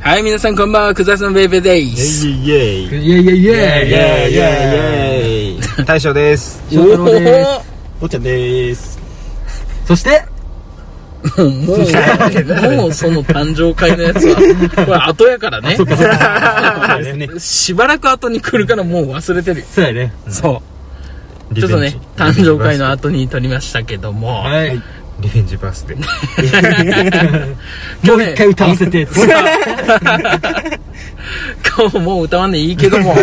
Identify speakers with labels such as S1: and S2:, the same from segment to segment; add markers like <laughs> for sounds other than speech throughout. S1: はい、皆さんこんばんは、くざすのベイベーです。
S2: イエイイ
S3: イェイイェイイ
S2: エイイエイイ
S3: ェ
S2: エイイ
S3: イ
S2: エイイエイ大将です
S3: 翔太郎で
S2: おっちゃんです
S3: す。 <laughs> そして、
S1: おーもう、もうその誕生会のや <laughs> つは、これ後やからね。
S3: そうですね。
S1: しばらく後に来るからもう忘れてるよ。
S3: そうやね。
S1: そう。
S2: リ
S1: ちょ
S2: ベン
S1: っ
S2: ジ
S1: とね、誕生会の後に撮りましたけども。
S3: はい。
S2: リベンジバースデー
S3: もう一回歌わせて。
S1: 今日もう歌わんでいいけども。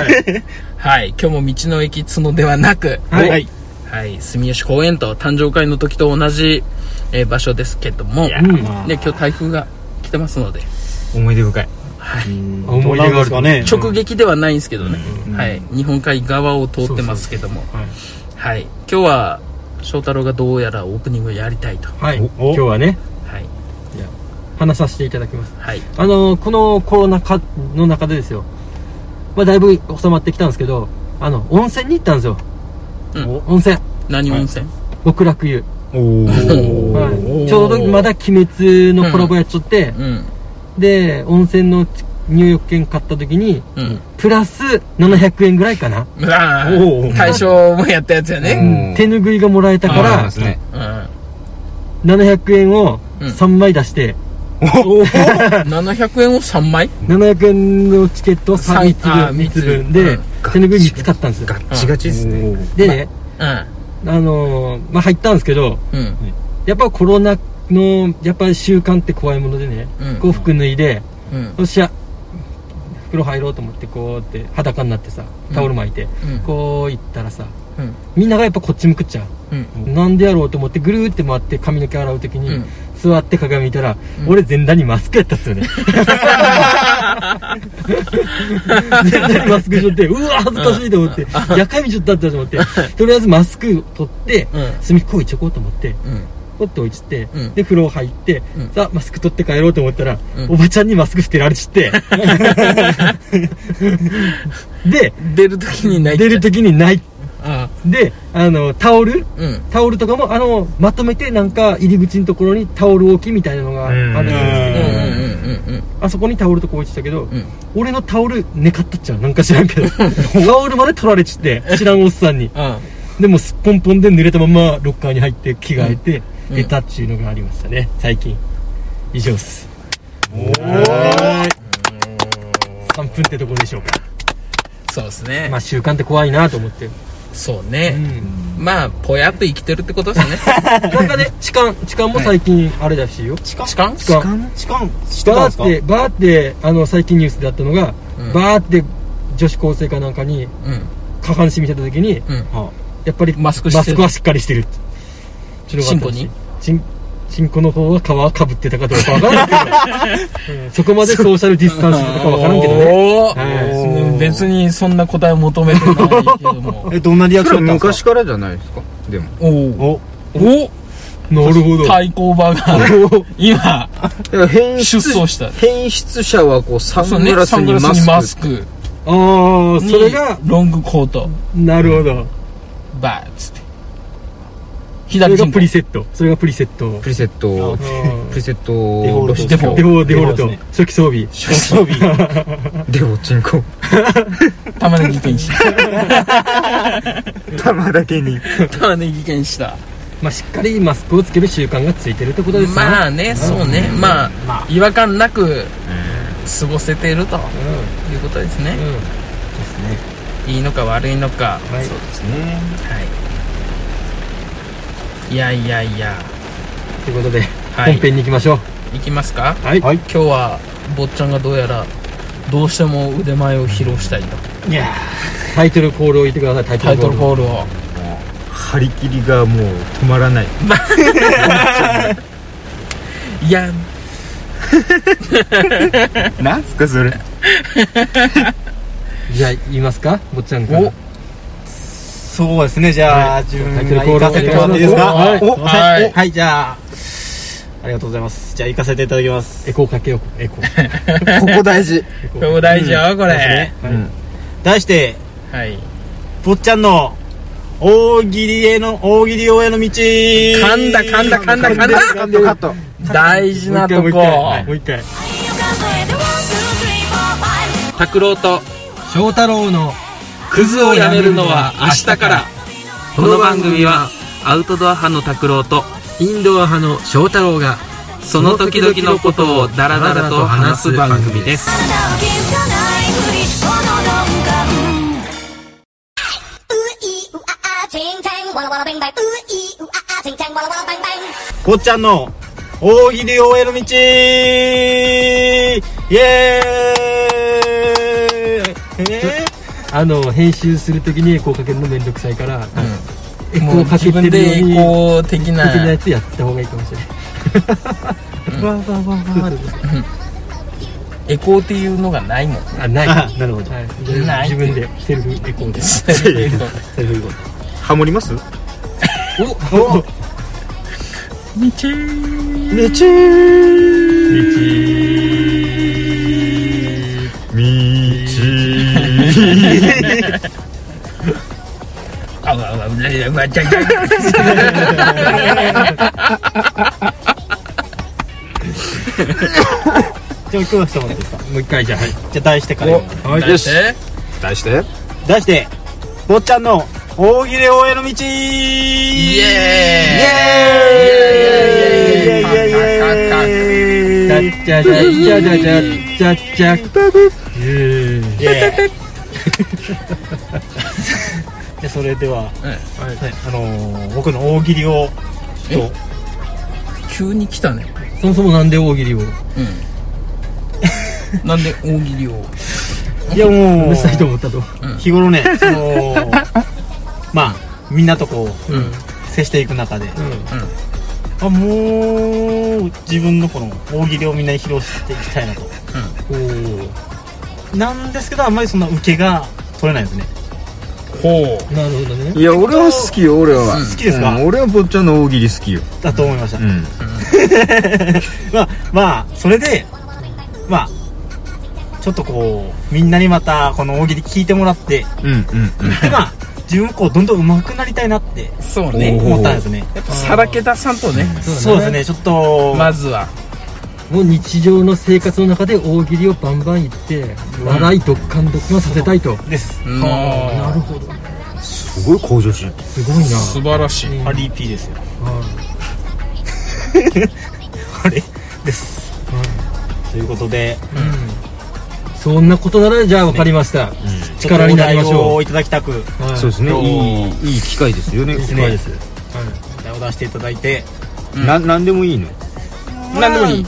S1: はい、今日も道の駅角ではなく、
S3: はい
S2: い
S1: はい、住吉公園と誕生会の時と同じ、えー場所ですけども、
S2: や
S1: ね、
S2: まあ
S1: 今日台風が来てますので、
S2: 思い出深い
S3: 思い出があるかね。
S1: 直撃ではないんですけどね、
S2: うん
S1: はい、日本海側を通ってますけども、はい、今日は翔太郎がどうやらオープニングをやりたいと。
S3: はい。
S2: お
S3: 今日はね、
S1: はい、
S3: 話させていただきます。
S1: はい、
S3: あのー、このコロナ禍の中でですよ。まあ、だいぶ収まってきたんですけど、あの、温泉に行ったんですよ。
S1: うん
S3: 温泉。
S1: 何温泉、
S3: 極楽湯。
S2: おー
S3: はいちょうどまだ鬼滅のコラボやっちゃって、
S1: うん、
S3: で、温泉の入浴券買った時に、
S1: うん。
S3: プラス700円ぐらいかな。
S1: うわあ
S2: おー
S1: 大将もやったやつや
S2: う
S1: ね。
S2: ん
S3: 手拭いがもらえたか
S2: あー
S3: ら
S2: です、ね
S1: うん。
S3: 700円を
S1: うん
S3: 3枚出して、
S2: お
S1: 700円を3枚
S3: 700円のチケットを3つ
S1: 三あー
S3: 分三つ分
S1: 三つ
S3: で、
S1: うん
S3: 手拭いに使ったんですよ
S2: チガチですね
S3: でね、
S1: う
S3: あのーまあ、入ったんですけ
S1: ん。
S3: ど
S1: うん。
S3: やっぱコロナのやっぱ習慣って怖いものでね、
S1: うん
S3: こう服脱いで
S1: うん。
S3: よっしゃ袋入ろうと思ってこうって裸になってさタオル巻いて、
S1: うん
S3: こう行ったらさ
S1: うん。
S3: みんながやっぱこっち向くっちゃう
S1: うん。
S2: うん
S3: なんでやろうと思ってぐるーって回って髪の毛洗う時に、
S1: うん
S3: 座って鏡見たら、
S1: うん
S3: 俺全裸にマスクやったっす
S1: <laughs>
S3: よね全裸にマスクしとってうわ恥ずかしいと思って夜間見ちょっとあったと思ってとりあえずマスク取って、
S1: うん
S3: 隅っこ置いちょこうと思って
S1: うん。
S3: ポッと置いちって、
S1: うん
S3: で風呂入って、
S1: うん
S3: さあマスク取って帰ろうと思ったら、
S1: うん
S3: おばちゃんにマスク捨てられちって
S1: <laughs>
S3: で
S1: 出るときに泣いて
S3: 出る時にない
S1: あ
S3: であのタオル
S1: あうん
S3: タオルとかもあのまとめてなんか入り口のところにタオル置きみたいなのがあるんです
S1: うんう
S3: けど、
S1: んうんうん
S3: あそこにタオルとか置いてたけど、
S1: うん
S3: 俺のタオル寝かったっちゃうなんか知らんけど <laughs> タオルまで取られちって知らんおっさんに
S1: あ
S3: でもすっぽんぽんで濡れたままロッカーに入って着替えて
S1: うん
S3: 出たっていうのがありましたね最近以上っす3分ってとこでしょうか
S1: あそうですね、
S3: まあ習慣って怖いなと思って、
S1: そう
S3: う
S1: ね、
S3: ん、
S1: まあぽやっと生きてるってことですね
S3: なんかね痴漢痴漢も最近あれだしよ、
S1: 痴漢
S3: 痴漢
S2: 痴漢し
S3: バーってバーってあの最近ニュースであったのが、
S1: うん
S3: バーって女子高生かなんかに
S1: う
S3: 下半身見せた時に
S1: んうん
S2: は
S3: やっぱり
S1: マスクしてる
S3: はしっかりしてるっていうのがあったらしいチンチンコの方は皮はかぶってたかどうかわからないけど、うんそこまでソーシャルディスタンスとかわからんけどね
S1: おー
S3: は
S1: 別にそんな答え求めてないけども
S2: えどんなリアクション
S4: 昔からじゃないですかでも
S1: おお
S2: お
S1: お
S3: なるほど
S1: 対抗馬 <laughs> が今
S4: だから変
S1: 出
S4: 質
S1: 走した
S4: 変質者はこうサングラス
S1: そう
S4: に
S1: ねサングラスにマ
S4: マ
S1: ス
S4: スク
S1: ク
S3: ああそれが
S1: にロングコート
S3: なるほど
S1: バーッつって
S3: そ
S1: 左
S3: れ
S1: ピ
S3: が
S1: ン
S3: プリセットそれがプリセット
S4: プリセットを
S3: あ
S4: プリセット
S2: デフォ
S4: を
S2: ル
S4: ロ
S2: ト
S4: シ
S3: デフォデフォデフォル
S2: デ
S3: ト
S2: フォです
S3: 初期装備
S2: 装備 <laughs>
S4: デオチンコ
S1: 玉ねぎ剣士
S2: 玉だけに
S1: <laughs> 玉ねぎ剣士だ
S3: まあしっかりマスクをつける習慣がついてるってことですね
S1: まあねそうねまあ
S2: まあ
S1: 違和感なく過ごせているということですね
S3: うんうん
S2: ですね
S1: いいのか悪いのか
S3: はい
S1: そう
S2: ですね
S1: はいいやいやいや
S3: ということで、
S1: はい
S3: 本編に行きましょう
S1: いきますか
S3: はい、
S2: はい
S1: 今日は坊ちゃんがどうやらどうしても腕前を披露したいと
S2: いや
S3: タイトルコールを言ってくださいタイ
S1: タイト
S3: コー
S1: ル
S3: ル
S1: コールを
S2: 張り切りがもう止まらない
S1: いや
S2: なんすかそれ
S3: じゃあ言いますか坊ちゃんから
S1: お
S2: そうですねじゃあ自分
S3: タイトル
S2: が
S3: コー
S2: 行
S3: ル
S2: かせてもらっていいですか
S3: はい
S2: お
S1: はい
S2: おはいじゃあありがとうございますじゃあ行かせていただきます
S3: エコーかけようエ <laughs> コー
S2: ここ大事
S1: これも大事よこ
S2: です
S1: れ
S2: ね題して
S1: はい
S2: 坊っちゃんの大喜利への大喜利応への道
S1: 噛んだ噛んだ噛んだ噛ん
S4: カットカッ
S1: だ
S4: ト
S1: 大事なとこ
S3: もう一回もう一回
S5: 数えてワンツー
S1: 拓郎と
S3: 翔太郎の
S1: クズをやめるのは明日からこの番組はアウトドア派の拓郎と
S4: インドア派の翔太郎が
S1: その時々のことをダラダラと話す番組です
S5: まだ気づかないふりこの鈍感ういうああちんちんわらわらべんべんういうああちんちんわらわらべんべん
S2: こっちゃんの大喜利を終える道イエーイえ
S3: あの編集するときにエコーかけるのめんどくさいから、エコ
S1: もう
S3: ーか
S1: 自
S3: け
S1: 分
S3: て
S1: で
S3: るように
S1: こう的
S3: 的な
S1: な
S3: やつやった方がいいかもしれ <laughs> ない
S2: ーわわわわ
S1: エコーっていうのがないもん
S3: あない
S2: あなるほど
S3: <laughs> はい、
S1: ない
S3: 自分でセルフエコー <laughs>
S1: <laughs>
S3: で
S2: セルフ語
S4: ハモります
S1: みちー
S4: めちーみち
S1: あわわうらうわじゃじゃ
S2: じゃあ今日はそうですか
S3: もう一回じゃあはい
S2: じゃあ題してから
S1: は
S4: よし題して
S2: 題してこっちゃんの大喜利を終える道
S1: イ
S2: イ
S1: エーイイエーイイエーイイエーイ
S3: じゃ
S2: イ
S3: じゃじゃじゃじゃじゃじゃ
S2: イエ
S3: じゃ
S2: ーイじゃあそれでは、はいあのー僕の大喜利をちょっと
S1: 急に来たね
S3: そもそもなんで大喜利を
S1: うん <laughs> なんで大喜利を
S2: いやも
S3: う
S2: う
S3: るさいと思ったと
S2: 日頃ねその <laughs> まあみんなとこう、
S1: ん
S2: 接していく中で、あもう自分のこの大喜利をみんなに披露していきたいなと、なんですけどあんまりそんな受けが取れないですね
S1: ほ
S3: なるほどね
S4: いや俺は好きよ俺は
S2: 好きですか
S4: うん俺は坊ちゃんの大喜利好きよ
S2: だと思いました、
S4: うん
S2: まあまあそれでまあちょっとこうみんなにまたこの大喜利聞いてもらって
S4: うんうん
S2: でまあ自分もこうどんどん上手くなりたいなって
S1: うそう
S4: お
S1: ね
S4: ー
S2: 思ったんですね
S1: やっぱさらけ出さんとね
S2: そうですねちょっと、
S1: まずは
S3: もう日常の生活の中で大喜利をバンバン言って笑いドッカンドッカンさせたいと
S2: です
S1: うん
S3: なるほど
S4: すごい向上心
S3: すごいな
S1: 素晴らしい
S2: ハリー P ですよ
S3: は
S2: あれです
S3: いはい
S2: ということで
S3: そんなことならじゃあ分かりました、力になりまし
S2: ちょっとお題
S3: ょ
S2: をいただきたく
S3: う、はい
S4: そうですねいいいい機会ですよね
S2: すね
S4: はい
S2: お題を出していただいて
S4: な何でもいいの
S1: 何でもいい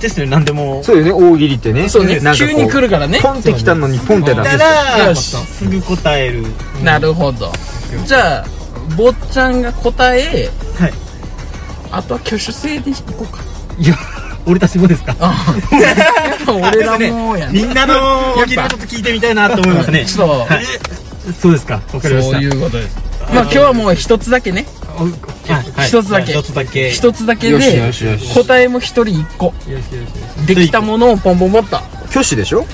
S2: ですね何でも
S4: そうよね大喜利ってね
S1: そうね
S4: なんかこ
S1: 急に来るからね
S4: ポンってきたのにポンって出
S2: だ
S4: す
S2: か
S1: よ
S2: ら
S1: し
S2: すぐ答える
S1: なるほどじゃあ坊ちゃんが答え
S2: はい
S1: あとは挙手制でいこうか
S3: いや俺たちもですか
S1: <laughs> あやっぱ俺らもや
S2: <laughs> み
S1: ね
S2: んなの大喜利ちょっと聞いてみたいなと思いますね
S1: そう
S2: はい
S3: そうですかわかりまし
S1: そ
S3: た
S1: ういうことですまあ今日はもう一つだけね
S3: およし
S2: はいはい
S1: 一つだけ
S2: 一つだけ
S1: 一つだけ
S4: よし
S1: で
S4: よしよし
S1: 答えも一人一個
S3: よしよし
S1: できたものをポンポンポンと
S4: 挙手でしょ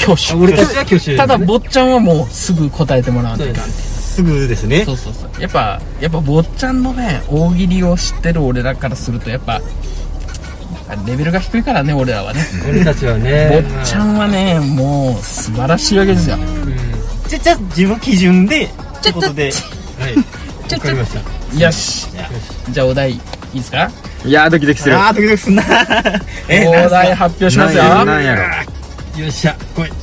S1: 挙手
S3: 俺たちは挙手
S1: ただ坊ちゃんはもうすぐ答えてもらわないかん
S2: すぐですね
S1: そうそうそうやっぱやっぱ坊ちゃんのね大喜利を知ってる俺らからするとやっぱレベルが低いからね俺らはね
S3: 俺たちは
S1: 坊
S3: ね
S1: ちゃんはねもう素晴らしいわけですよ
S2: じゃじゃあ自分基準でということで
S1: ちょ
S3: わかりました
S1: よしじゃあお題いいですか
S4: いやードキドキする
S2: ああドキドキすんなえ
S1: お
S2: なんすか
S1: 題発表しますよ
S4: なんやろなんや
S3: よっしゃ来い
S4: ろ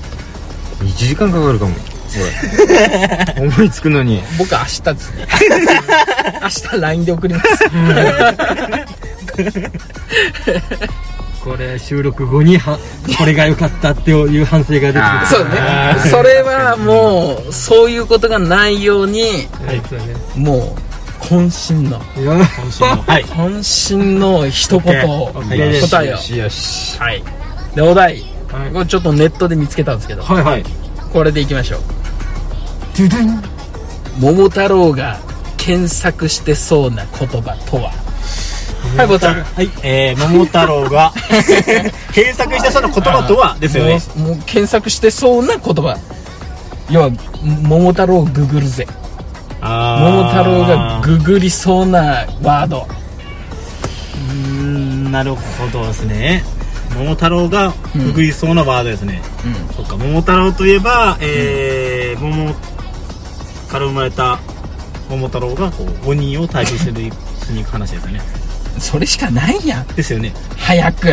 S4: 1時間かかるかも俺思いつくのに
S1: 僕明日ですね明日 LINE で送ります
S3: これ収録後にはこれが良かったっていう反省が出てくる
S4: あ
S1: そうねそれはもうそういうことがないように
S3: はいそうだね
S1: もう渾身の
S3: いや
S2: 今週もはい
S1: 渾身の一言を
S2: OK よし
S1: 答えを
S4: しよし
S1: はいでお題
S3: はい
S1: これちょっとネットで見つけたんですけど
S3: はいはい
S1: これでいきましょうドゥドゥン桃太郎が検索してそうな言葉とははいボタン
S2: はい、えー、桃太郎が
S1: <laughs>
S2: 検索したその言葉とはですよね。
S1: もうもう検索してそうな言葉要は桃太郎ググるぜ桃
S2: 桃
S1: 太郎がググりそうなワード
S2: うーん、なるほどですね。桃太郎が
S1: うん
S2: くくりそうなワードですね、
S1: うん
S2: そっか桃太郎といえば、えー桃から生まれた桃太郎がこう5人を退治するしに行く話ですよね
S1: それしかないやん
S2: ですよね
S1: 早く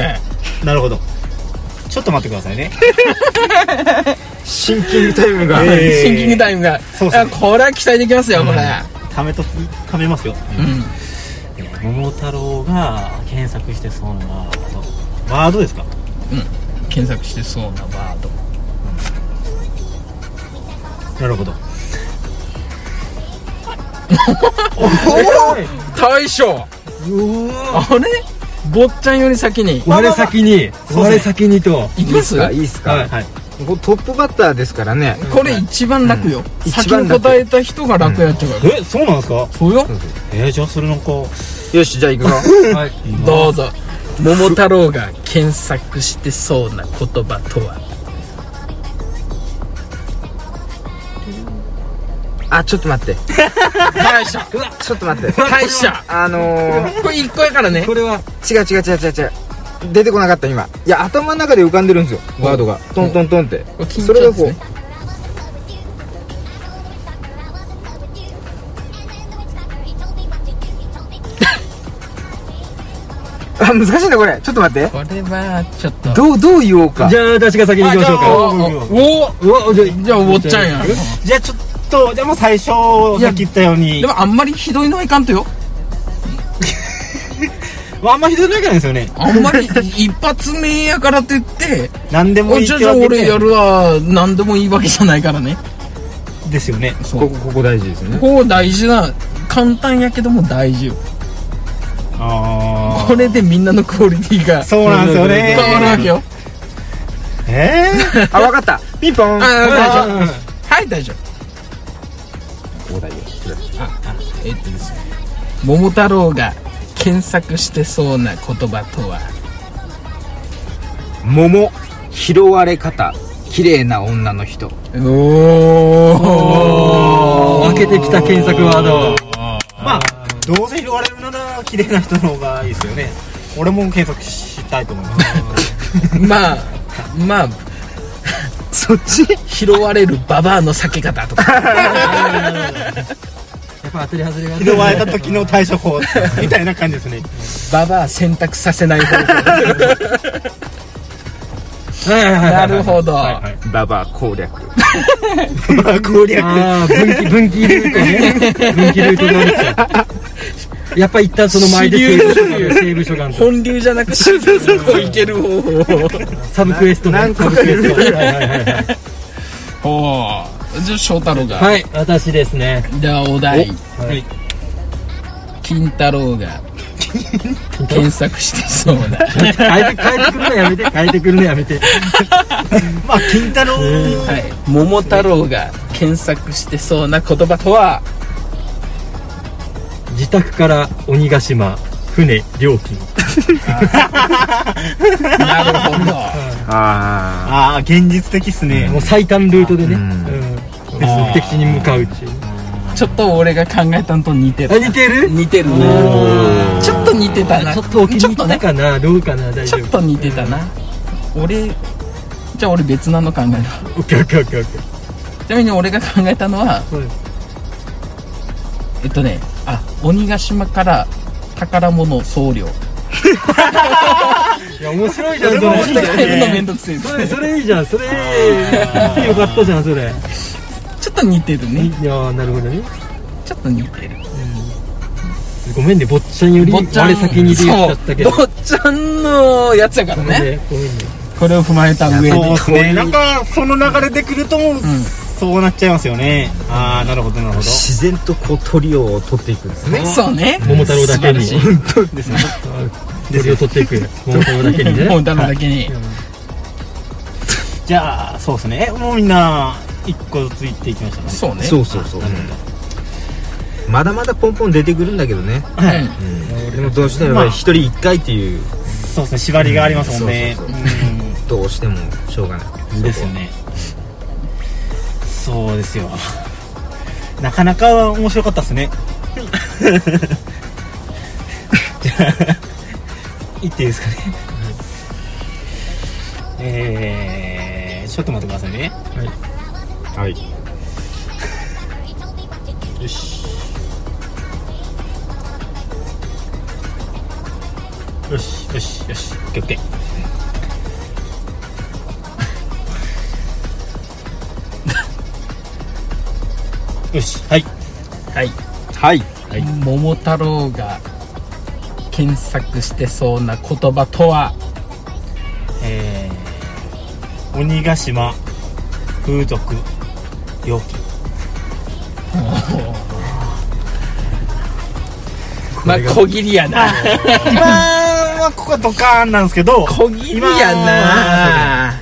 S2: なるほどちょっと待ってくださいね
S4: シンキングタイムが、
S2: えー
S1: <laughs> シンキングタイムが、
S2: そうっすね
S1: あこれは期待できますよこれ、
S2: ためとためますよ、
S1: うん
S2: えー桃太郎が検索してそうなワードワードですか
S1: 検索してそうなワード
S2: なるほ <laughs> ど
S1: 大将あれ坊っちゃんより先に
S3: 我先に
S2: まあ
S3: 我先にと
S1: いきます
S4: あいいっすか、
S2: はいはい
S4: ここトップバッターですからね、
S1: これ一番楽よ、
S4: うん
S1: 先に答えた人が楽やっちゃうから、
S2: えそうなんですか
S1: そうよ
S2: えー、じゃあそれなんか
S4: よしじゃあ行くぞ
S1: どうぞ桃太郎が検索してそうな言葉とは
S4: あちょっと待って
S1: 大将
S4: ちょっと待って
S1: 大将
S4: あのー、
S1: これ一個やからね
S3: これは
S4: 違う違う違う違う違う出てこなかった今いや頭の中で浮かんでるんですよワードがトントントンって
S1: これ緊
S4: それ
S1: 張
S4: が
S1: です
S4: こ
S1: ね
S4: う
S5: ah,
S4: あ難しいなこれちょっと待って
S1: これはちょっと
S4: どうどう言おうか
S3: じゃあ私が先に行きましょう
S1: あ
S3: か
S1: おお
S3: うわじゃ
S1: じゃあお坊ちゃんや
S2: じゃあちょっとじゃあもう最初さっき言ったように
S1: でもあんまりひどいのはいかんとよ
S2: まああんまひどくないからですよね
S1: あんまり一発目やからといって
S2: 何で
S1: 「
S2: も
S1: お
S2: いい
S1: じゃ
S2: っ
S1: あ
S2: て
S1: じゃあ
S2: わけ
S1: 俺
S2: で
S1: やるわ」何でもいいわけじゃないからね
S2: ですよね
S1: そう
S4: ここここ大事です
S1: <laughs>
S4: ね
S1: こう大事な簡単やけども大事よ
S2: あ
S1: これでみんなのクオリティが
S2: そうなんですよね
S1: 変わるわけよ
S2: えー
S4: あわかったピンポン
S1: あ
S4: ここ大
S1: 大丈
S4: 事
S1: 夫はい大丈夫
S4: ここ大事
S1: えっとですね桃太郎が検索してそうな言葉とは
S4: 桃拾われ方綺麗な女の人
S1: お
S3: 開けてきた検索ワード
S2: まあどうせ拾われるなら綺麗な人の方がいいですよね俺も検索したいと思います
S1: まあまあ
S4: そっち
S1: 拾われるババアの避け方と
S2: <laughs>
S1: か
S3: やっぱ当たり外れがある
S2: 拾われた時の対処法みたいな感じですね
S1: ババア選択させない方
S2: <laughs>
S1: 法なるほど、
S2: はいはい
S4: ババア攻略
S2: まあ攻略
S3: ああ分岐分岐ルートね分岐ルートがあるからやっぱ一旦その前でセール所眼セール所眼と
S1: 本流じゃなく自然といける方
S3: サブクエストね
S4: 何個
S3: サブ
S4: か
S3: ク
S4: い
S3: エス
S4: る
S3: トはいはいはいはい
S1: 法ほうじゃあ翔太郎が、
S3: はい私ですね
S1: じゃあお題
S2: はい
S1: 金太郎が検索してそうな
S3: 変えて変えてくるのやめて変えてくるのやめて
S2: まあ金太郎
S1: はい桃太郎が検索してそうな言葉とは
S3: 自宅から鬼ヶ島船料金
S1: なるほど
S4: あ
S2: ああ現実的っすね
S3: もう最短ルートでね、
S4: うん
S3: うん目的地に向かうっていう
S1: ちょっと俺が考えたんと似て
S3: あ
S1: る
S3: 似てる
S1: 似てるねちょっと似てたな
S3: ちょっとお気に入ったかな、どうかな大
S1: ち
S3: 丈
S1: ょっ
S3: 夫
S1: と似てたな俺じゃあ俺別なの考えるわ
S3: オッケーオッケーオッケーオッケ
S1: ちなみに俺が考えたのは
S3: ーはい
S1: えっとねあ鬼ヶ島から宝物送料
S3: いや面白いじゃん
S2: 俺
S3: そ
S2: も
S3: れ
S2: 面白い
S1: 帰るのめんどくせえで
S3: そ
S1: す
S3: れ
S1: ね
S3: それいいじゃんそれよかったじゃんそれ
S1: ちょっと似てる
S3: い
S1: ね
S3: やなるほどね
S1: ちょっと似てる
S3: ごめんね坊っちゃんより
S1: 坊っちゃん
S3: 我先にで言っちゃったけど
S1: そう坊っちゃんのやつやから
S3: ごめん
S1: ね
S3: ねごめんね
S1: これを踏まえた上
S2: そう
S1: で
S2: ですねなんかその流れで来るともうそうなっちゃいますよねああなるほどなるほど
S4: 自然とこうトリオを取っていくんですね
S1: そうね
S3: 桃太郎だけに
S1: 素晴らし
S3: 鳥を取っていく桃太郎だけに
S1: い <laughs> 桃
S3: ね
S1: 太郎だけに
S2: じゃあそうですねえもうみんな一個ずつ行っていきましたかね
S1: そうね
S4: そうそうそう、うんまだまだポンポン出てくるんだけどね、
S1: うん
S4: でもどうしてもやっぱり一人一回っていう
S2: そうですね縛りがありますもんね
S4: そううんそうどうしてもしょうがない
S2: ですよねそうですよなかなか面白かったですね <laughs> じゃあ行っていいですかねえー、ちょっと待ってくださいね。
S4: はい
S2: よ
S3: よし
S2: し、よし、よし、オッケーオッケー。よし、はい。
S1: はい
S4: はい
S1: はい、桃太郎が検索してそうな言葉とは
S2: えー、鬼ヶ島風俗容 <laughs> 器。
S1: まあ小切りや <laughs> な
S2: 今はここはドカーンなんですけど、
S1: 小切りやな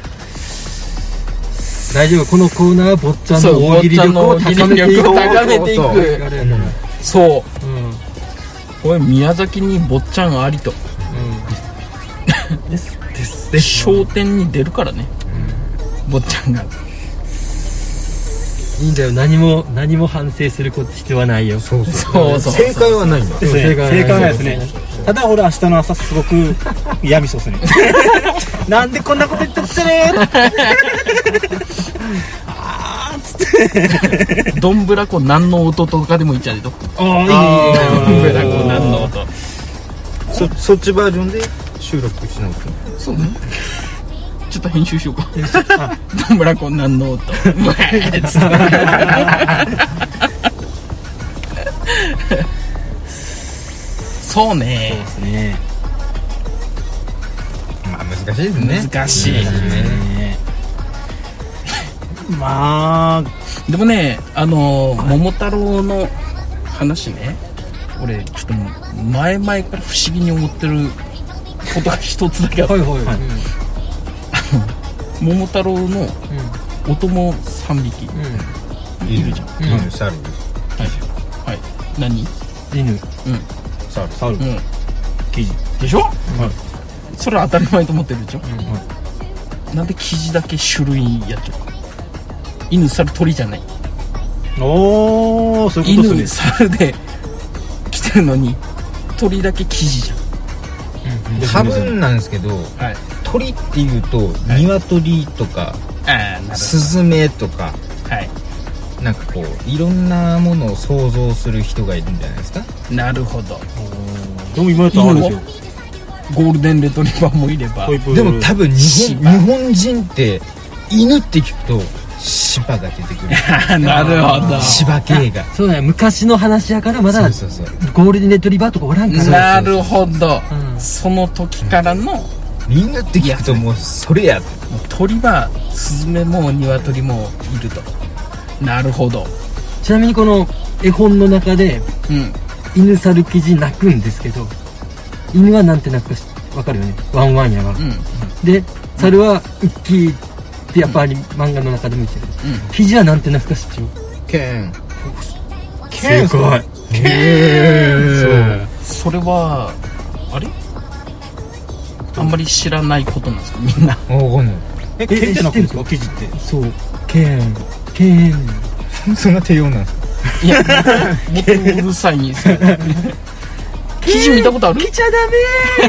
S3: 大丈夫このコーナーは坊ちゃん
S1: そ
S3: の
S1: う
S3: 大喜利力を
S1: 坊ちゃんの
S3: 高めて
S1: 大喜
S3: いこう
S1: 利力を高めていく
S3: そうそうあれやから
S1: そう
S3: うん
S1: これ宮崎に坊ちゃんありと <laughs>
S2: です。
S1: で商店に出るからね坊ちゃんが
S3: いいんだよ何も何も反省すること必要はないよ
S4: そうそう
S1: そうそう
S4: 正解はないんだ
S3: そう
S2: 正
S3: 正解
S2: 解はないですね。ただ俺明日の朝すごく <laughs> 嫌味そうですね。なんでこんなこと言ったってね
S1: <laughs> どんぶらこ何の音とかでもいいじゃねえと
S2: あ
S1: どんぶらこ何の
S4: <laughs>
S1: 音
S4: そそっちバージョンで収録し直す
S1: そうねちょっと編集しようか <laughs> どんぶらこ何の音 <laughs> ブエーっつってそうね
S2: ですね。
S4: まあ難しいですね
S1: 難しい
S2: まあ、
S1: でもねあのー桃太郎の話ね俺ちょっともう前々から不思議に思ってることが一つだけある
S3: はいはい、
S2: はい
S1: 桃太郎のお供3匹
S4: いるじ
S3: う
S4: ゃ
S3: ん
S4: ん猿
S1: はい、はい、何
S3: うん、犬
S4: 猿
S2: サウル
S1: う、ん
S2: 生地。
S1: でしょ、それは当たり前と思ってるでしょ、なんで生地だけ種類やっちゃうか犬猿鳥じゃない
S2: おー、そういうこと
S1: 犬
S2: ですね。
S1: 猿で来てるのに鳥だけ生地じゃん
S4: 多分なんですけど
S1: はい
S4: 鳥っていうと鶏とか
S1: ああなる
S4: スズメとか
S1: ほどはい
S4: なんかこういろんなものを想像する人がいるんじゃないですか
S1: なるほど
S2: でも今やったらあるでしょ。
S1: ゴールデンレトリバーもいれば
S2: ホイップ
S4: でも多分日
S1: 芝
S4: 本日本人って犬って聞くと芝が出てくる
S1: <laughs> なるほ
S4: 芝系が
S3: そうだよ昔の話やからまだ
S4: そうそうそう
S3: ゴールデンレトリバーとかおらんから
S1: どなるほど
S3: うん
S1: その時からのもう
S4: 犬って聞くともうそれや
S1: 鳥はスズメも鶏もいるとなるほど
S3: ちなみにこの絵本の中で
S1: うん
S3: 犬猿生地泣くんですけど犬はなんて泣くかしわかるよねワンワンやわ、
S1: うん
S3: で猿はウッキーってやっぱり漫画の中で見てる、
S1: う
S3: 生地はなんて泣くか知ってる
S4: けん
S2: 正解。
S1: んそれはあれあんまり知らないことなんですかみんな
S4: そうわかんな
S2: え、剣じゃなくてですか生地って。
S3: そうケーン
S1: <laughs>
S3: ケーン
S4: いそんな低音なんですか
S1: いやもっとうるさいに <laughs> する記事見たことある
S3: ちゃ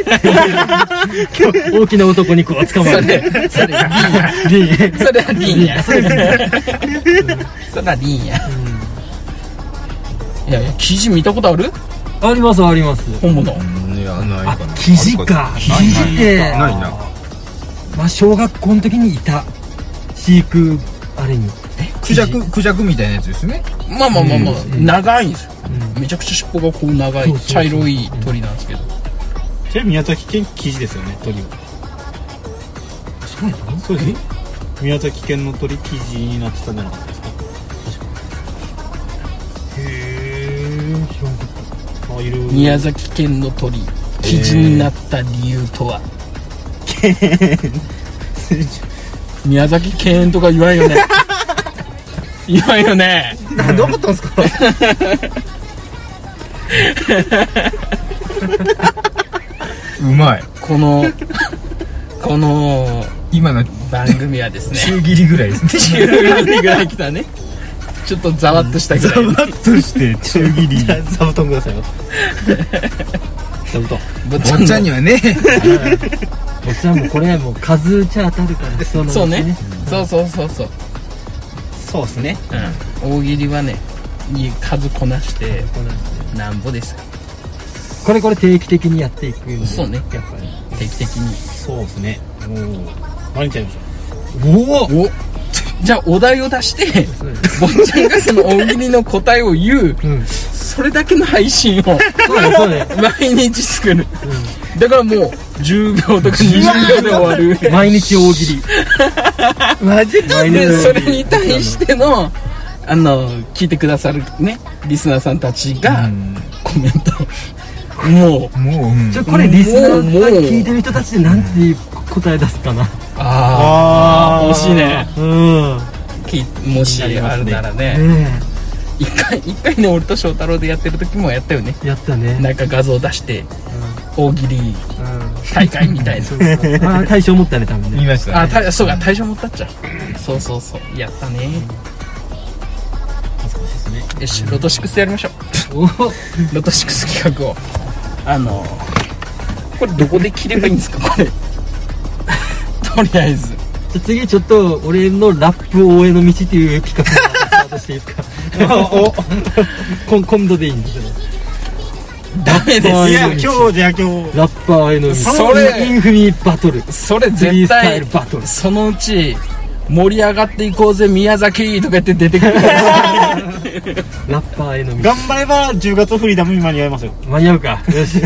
S3: ダメー大きな男にこう捕
S1: <laughs>
S3: ま
S1: そ
S3: えて
S1: れそれ
S3: リ
S1: <laughs>
S3: ン
S1: それはリンやそれはリンやいやいや記事見たことある
S3: <laughs> ありますあります
S1: 本物
S4: いやない
S3: あ生地か生地って
S4: ないな
S3: まあ小学校の時にいた飼育あれに
S4: クジャククジャクみたいなやつですね
S1: まあまあまあまあ長いんですよ
S3: う
S1: めちゃくちゃ尻尾がこう長
S3: そう
S1: い
S3: そうそう
S1: 茶色い鳥なんですけど
S2: それ宮崎県生地ですよね、鳥は。
S3: そうやった
S2: そうですね。宮崎県の鳥生地になってたんじゃなかったですか
S3: へえ知らんかっ
S2: あ、いる。
S1: 宮崎県の鳥記事になった理由とは宮崎県とか言わん <laughs> よね言わんよね
S4: なんで思ったんですかうまい
S1: このこの
S4: 今の
S1: 番組はですね
S4: 中切りぐらいです <laughs> ね
S1: 10人ぐらい来たねちょっとざわっとしたぐらい
S4: ッとして中切り
S2: <laughs> 座布団くださいよ。座布団。
S1: ぼっ
S4: <laughs> 坊ちゃんにはね
S3: おっちゃんもこれもう数打ち当たるからそうなん
S1: そう
S3: です
S1: ねそうそうそうそう、
S2: そうですね
S1: うん、大喜利はねいい数こなして
S3: こうなんです
S1: なんぼです
S3: これこれ定期的にやっていくんで
S1: そうね
S3: やっぱり
S1: 定期的に
S2: そうですねもう毎日やりましょ
S3: おお
S1: おじゃあお題を出して
S3: そうです
S1: 坊ちゃんがその大喜利の答えを言う
S3: うん
S1: それだけの配信を <laughs>
S3: そうねそうね
S1: 毎日作る、だからもう10秒とか20秒で終わ <laughs> る
S3: 毎日大喜利
S2: マジか
S3: 毎日
S1: でそ
S3: 大
S1: れ
S3: 喜利
S1: に対してのあの聞いてくださるねリスナーさんたちがコメントもう
S4: もう、うん
S3: ちょこれリスナーさん
S1: もうもう
S3: 聞いてる人たちでなんていう答え出すかな
S1: あ
S2: あ
S1: あ惜しいね
S3: うん
S1: きもしあるならね
S3: ね
S1: 一回一回ね俺と翔太郎でやってる時もやったよね
S3: えやったね
S1: なんか画像出して大喜利大会み <laughs> たいな
S3: そうそうああ大賞持ったね多分
S1: <laughs>
S4: 言い
S3: ね
S4: ました
S1: あ
S4: ね
S1: たそうか大賞持ったっちゃそうそうそうやったねよしロト6やりましょ
S3: お
S1: うロト6企画をあのこれどこで切ればいいんですかこれ <laughs> とりあえず
S3: じゃあ次ちょっと俺のラップ応援の道っていう企画からスタートしていいですか今今度でいいんですけど
S1: ダメで
S2: い
S1: すよ
S2: や今日じゃ今日
S3: ラッパーへの道
S1: それ
S3: インフミバトル
S1: それ
S3: フリー
S1: 絶
S3: スタイ
S1: 対
S3: ルバトル
S1: そのうち盛り上がっていこうぜ宮崎とか言って出てくる
S3: <laughs> ラッパーへの道
S2: 頑張れば10月フリーダムに間に合いますよ
S3: 間に合うかよし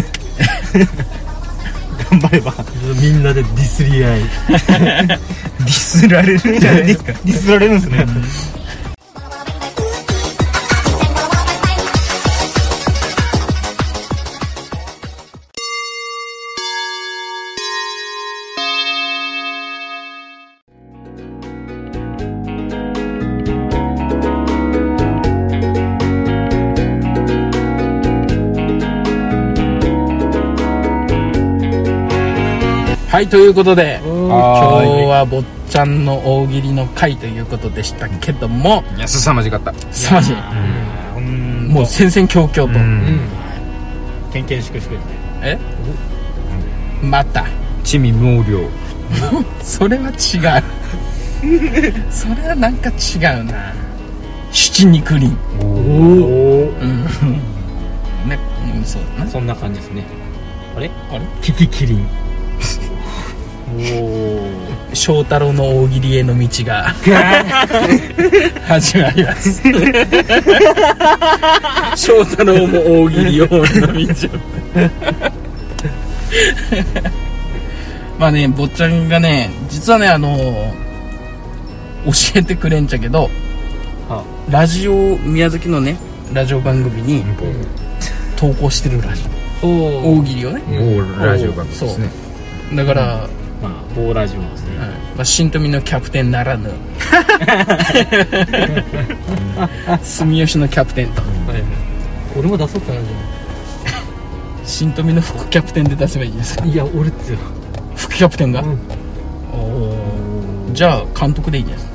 S2: 頑張れば
S3: みんなでディスり合い
S2: ディスられるんじゃないですかディスられるんですね
S1: はいということで今日
S4: はーい
S1: は坊ちゃんの大喜利の回ということでしたけども
S4: いや凄まじかった
S1: すまじいも
S2: も
S1: う戦々恐々と、
S2: 献献粛々で
S1: えまた
S4: 地味無量
S1: <laughs> それは違うそれはなんか違うな七肉林
S3: おお
S1: うん <laughs> ねうんそうだな
S2: そんな感じですね
S3: キキキリン
S1: 翔太郎の大喜利への道が始まります翔太郎も大喜利への道をまあね坊ちゃんがね実はねあの教えてくれんちゃけど
S2: は
S1: ラジオ宮崎のねラジオ番組に投稿してるらしい
S3: おお
S1: 大喜利をね
S4: 某ラジオ番組ですね
S1: だから、
S2: まあ棒ラジオですね
S1: まあ、新富のキャプテンなら
S2: <laughs>
S1: ぬ住吉のキャプテンと
S3: 俺も出そうかなじ
S1: 新富の副キャプテンで出せばいいんです
S3: ゃ
S1: か
S3: あいや俺っつよ
S1: 副キャプテンが、
S3: うん
S1: おーじゃあ監督でいいんじゃない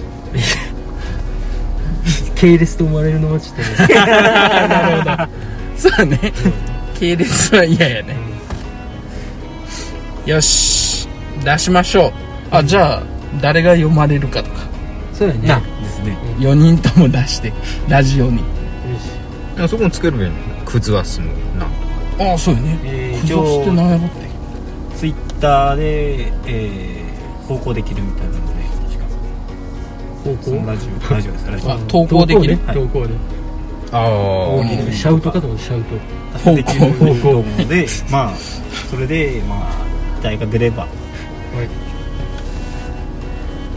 S3: 系列と思われるのはちょっとね
S1: ですかそうね、系列は嫌やね、よし出しましょうあじゃあ誰が読まれるかとか
S3: <laughs> そうやね
S2: な
S3: よ
S2: ですね
S1: 4人とも出してラジオに
S3: し
S4: いやそこもつけるべき靴はすもなんと
S1: ああそうよね
S2: えー
S1: クソスって何やろって
S2: ツイッターで、えー、投稿できるみたいなので
S3: 方
S2: その
S3: 向
S2: ラジオラジオですラジオ
S1: あ投稿できる
S3: ね投稿ね
S4: あ
S2: ー
S3: シャウトかと思ってシャウト
S1: 投稿
S2: できると思うので <laughs> まあそれでまあ題が出れば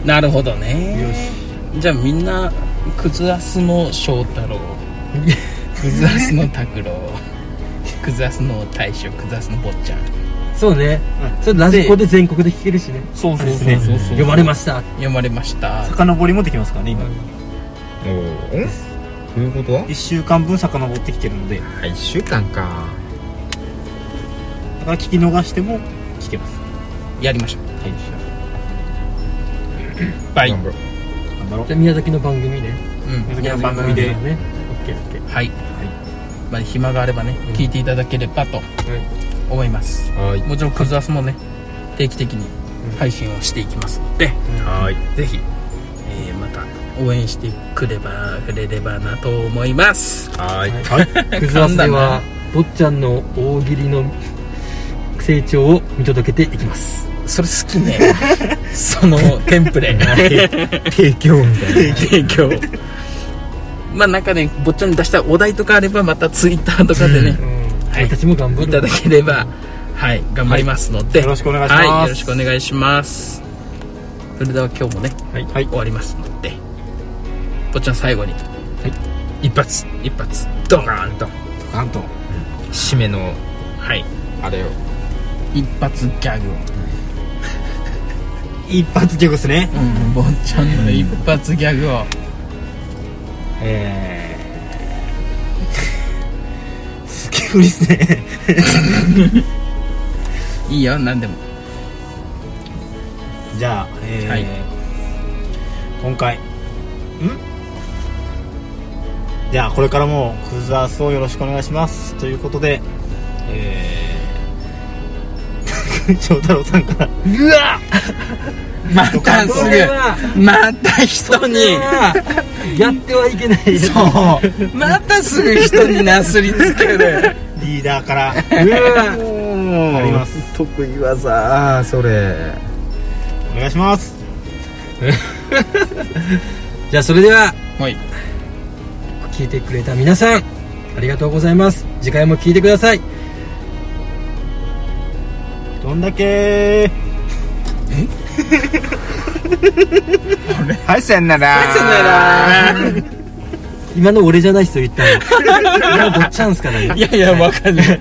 S1: なるほどねじゃあみんな靴アスの翔太郎靴アスの拓郎靴アスの大将靴アスの坊ちゃん
S3: そうね
S2: うん
S3: それラジコで全国で聴けるしね
S2: そう
S1: そうそうそうそう
S3: 読まれました
S1: 読まれました
S2: 遡りもできますからね今
S4: おおんどういうこと
S2: 1週間分遡ってきてるのでだ
S4: あ一週間か
S2: から聞き逃しても聞けます
S1: やりましょ
S2: はいう
S1: バイ、う
S4: 頑張ろう
S2: 頑張ろう
S3: じゃあ宮崎の番組ね
S1: ん、
S2: 宮崎の番組で
S3: ねオッケーオッケー
S1: はい、まあ、暇があればね、聞いていただければと思います
S4: はい
S1: もちろん靴アスもね定期的に配信をしていきますので、
S4: はい
S1: ぜひ、えーまた応援してくればくれればなと思います
S4: はい
S3: クズアスでは坊ちゃんの大喜利の成長を見届けていきます
S1: それ好きね <laughs> そのテンプレ
S4: 提供みたいな
S1: 提供まあなんかね坊ちゃんに出したお題とかあればまたツイッターとかでね、はい
S3: 私も頑張
S1: いた
S3: る
S1: だければはい頑張りますので、
S2: よろしくお願いします
S1: はいよろしくお願いしますそれでは今日もね
S2: はい、はい、
S1: 終わりますので坊ちゃん最後に、一発一発ドカーンと
S4: なんと締めの
S1: はい
S4: あれを
S1: 一発ギャグを
S2: 一発ギャグですね
S1: うん坊ちゃんの一発ギャグを
S2: えー <laughs> すげえ振りっすね
S1: いいよ何でも
S2: じゃあ、えー
S1: はい
S2: 今回んじゃあこれからもクズアスをよろしくお願いしますということでえー <laughs> 翔太郎さんから
S1: うわまたすぐまた人に
S3: やってはいけない
S1: そうまたすぐ人になすりつける
S2: リーダーから
S4: あ
S2: あります
S4: 得意技あーそれ
S2: お願いします
S3: じゃあそれでは
S1: はい
S3: 聞いてくれた皆さんありがとうございます次回も聞いてください
S2: どんだけ
S4: はいさよならはいさよな
S3: <laughs> 今の俺じゃない人言ったの今坊ちゃんっすからね
S1: いやいやわかんない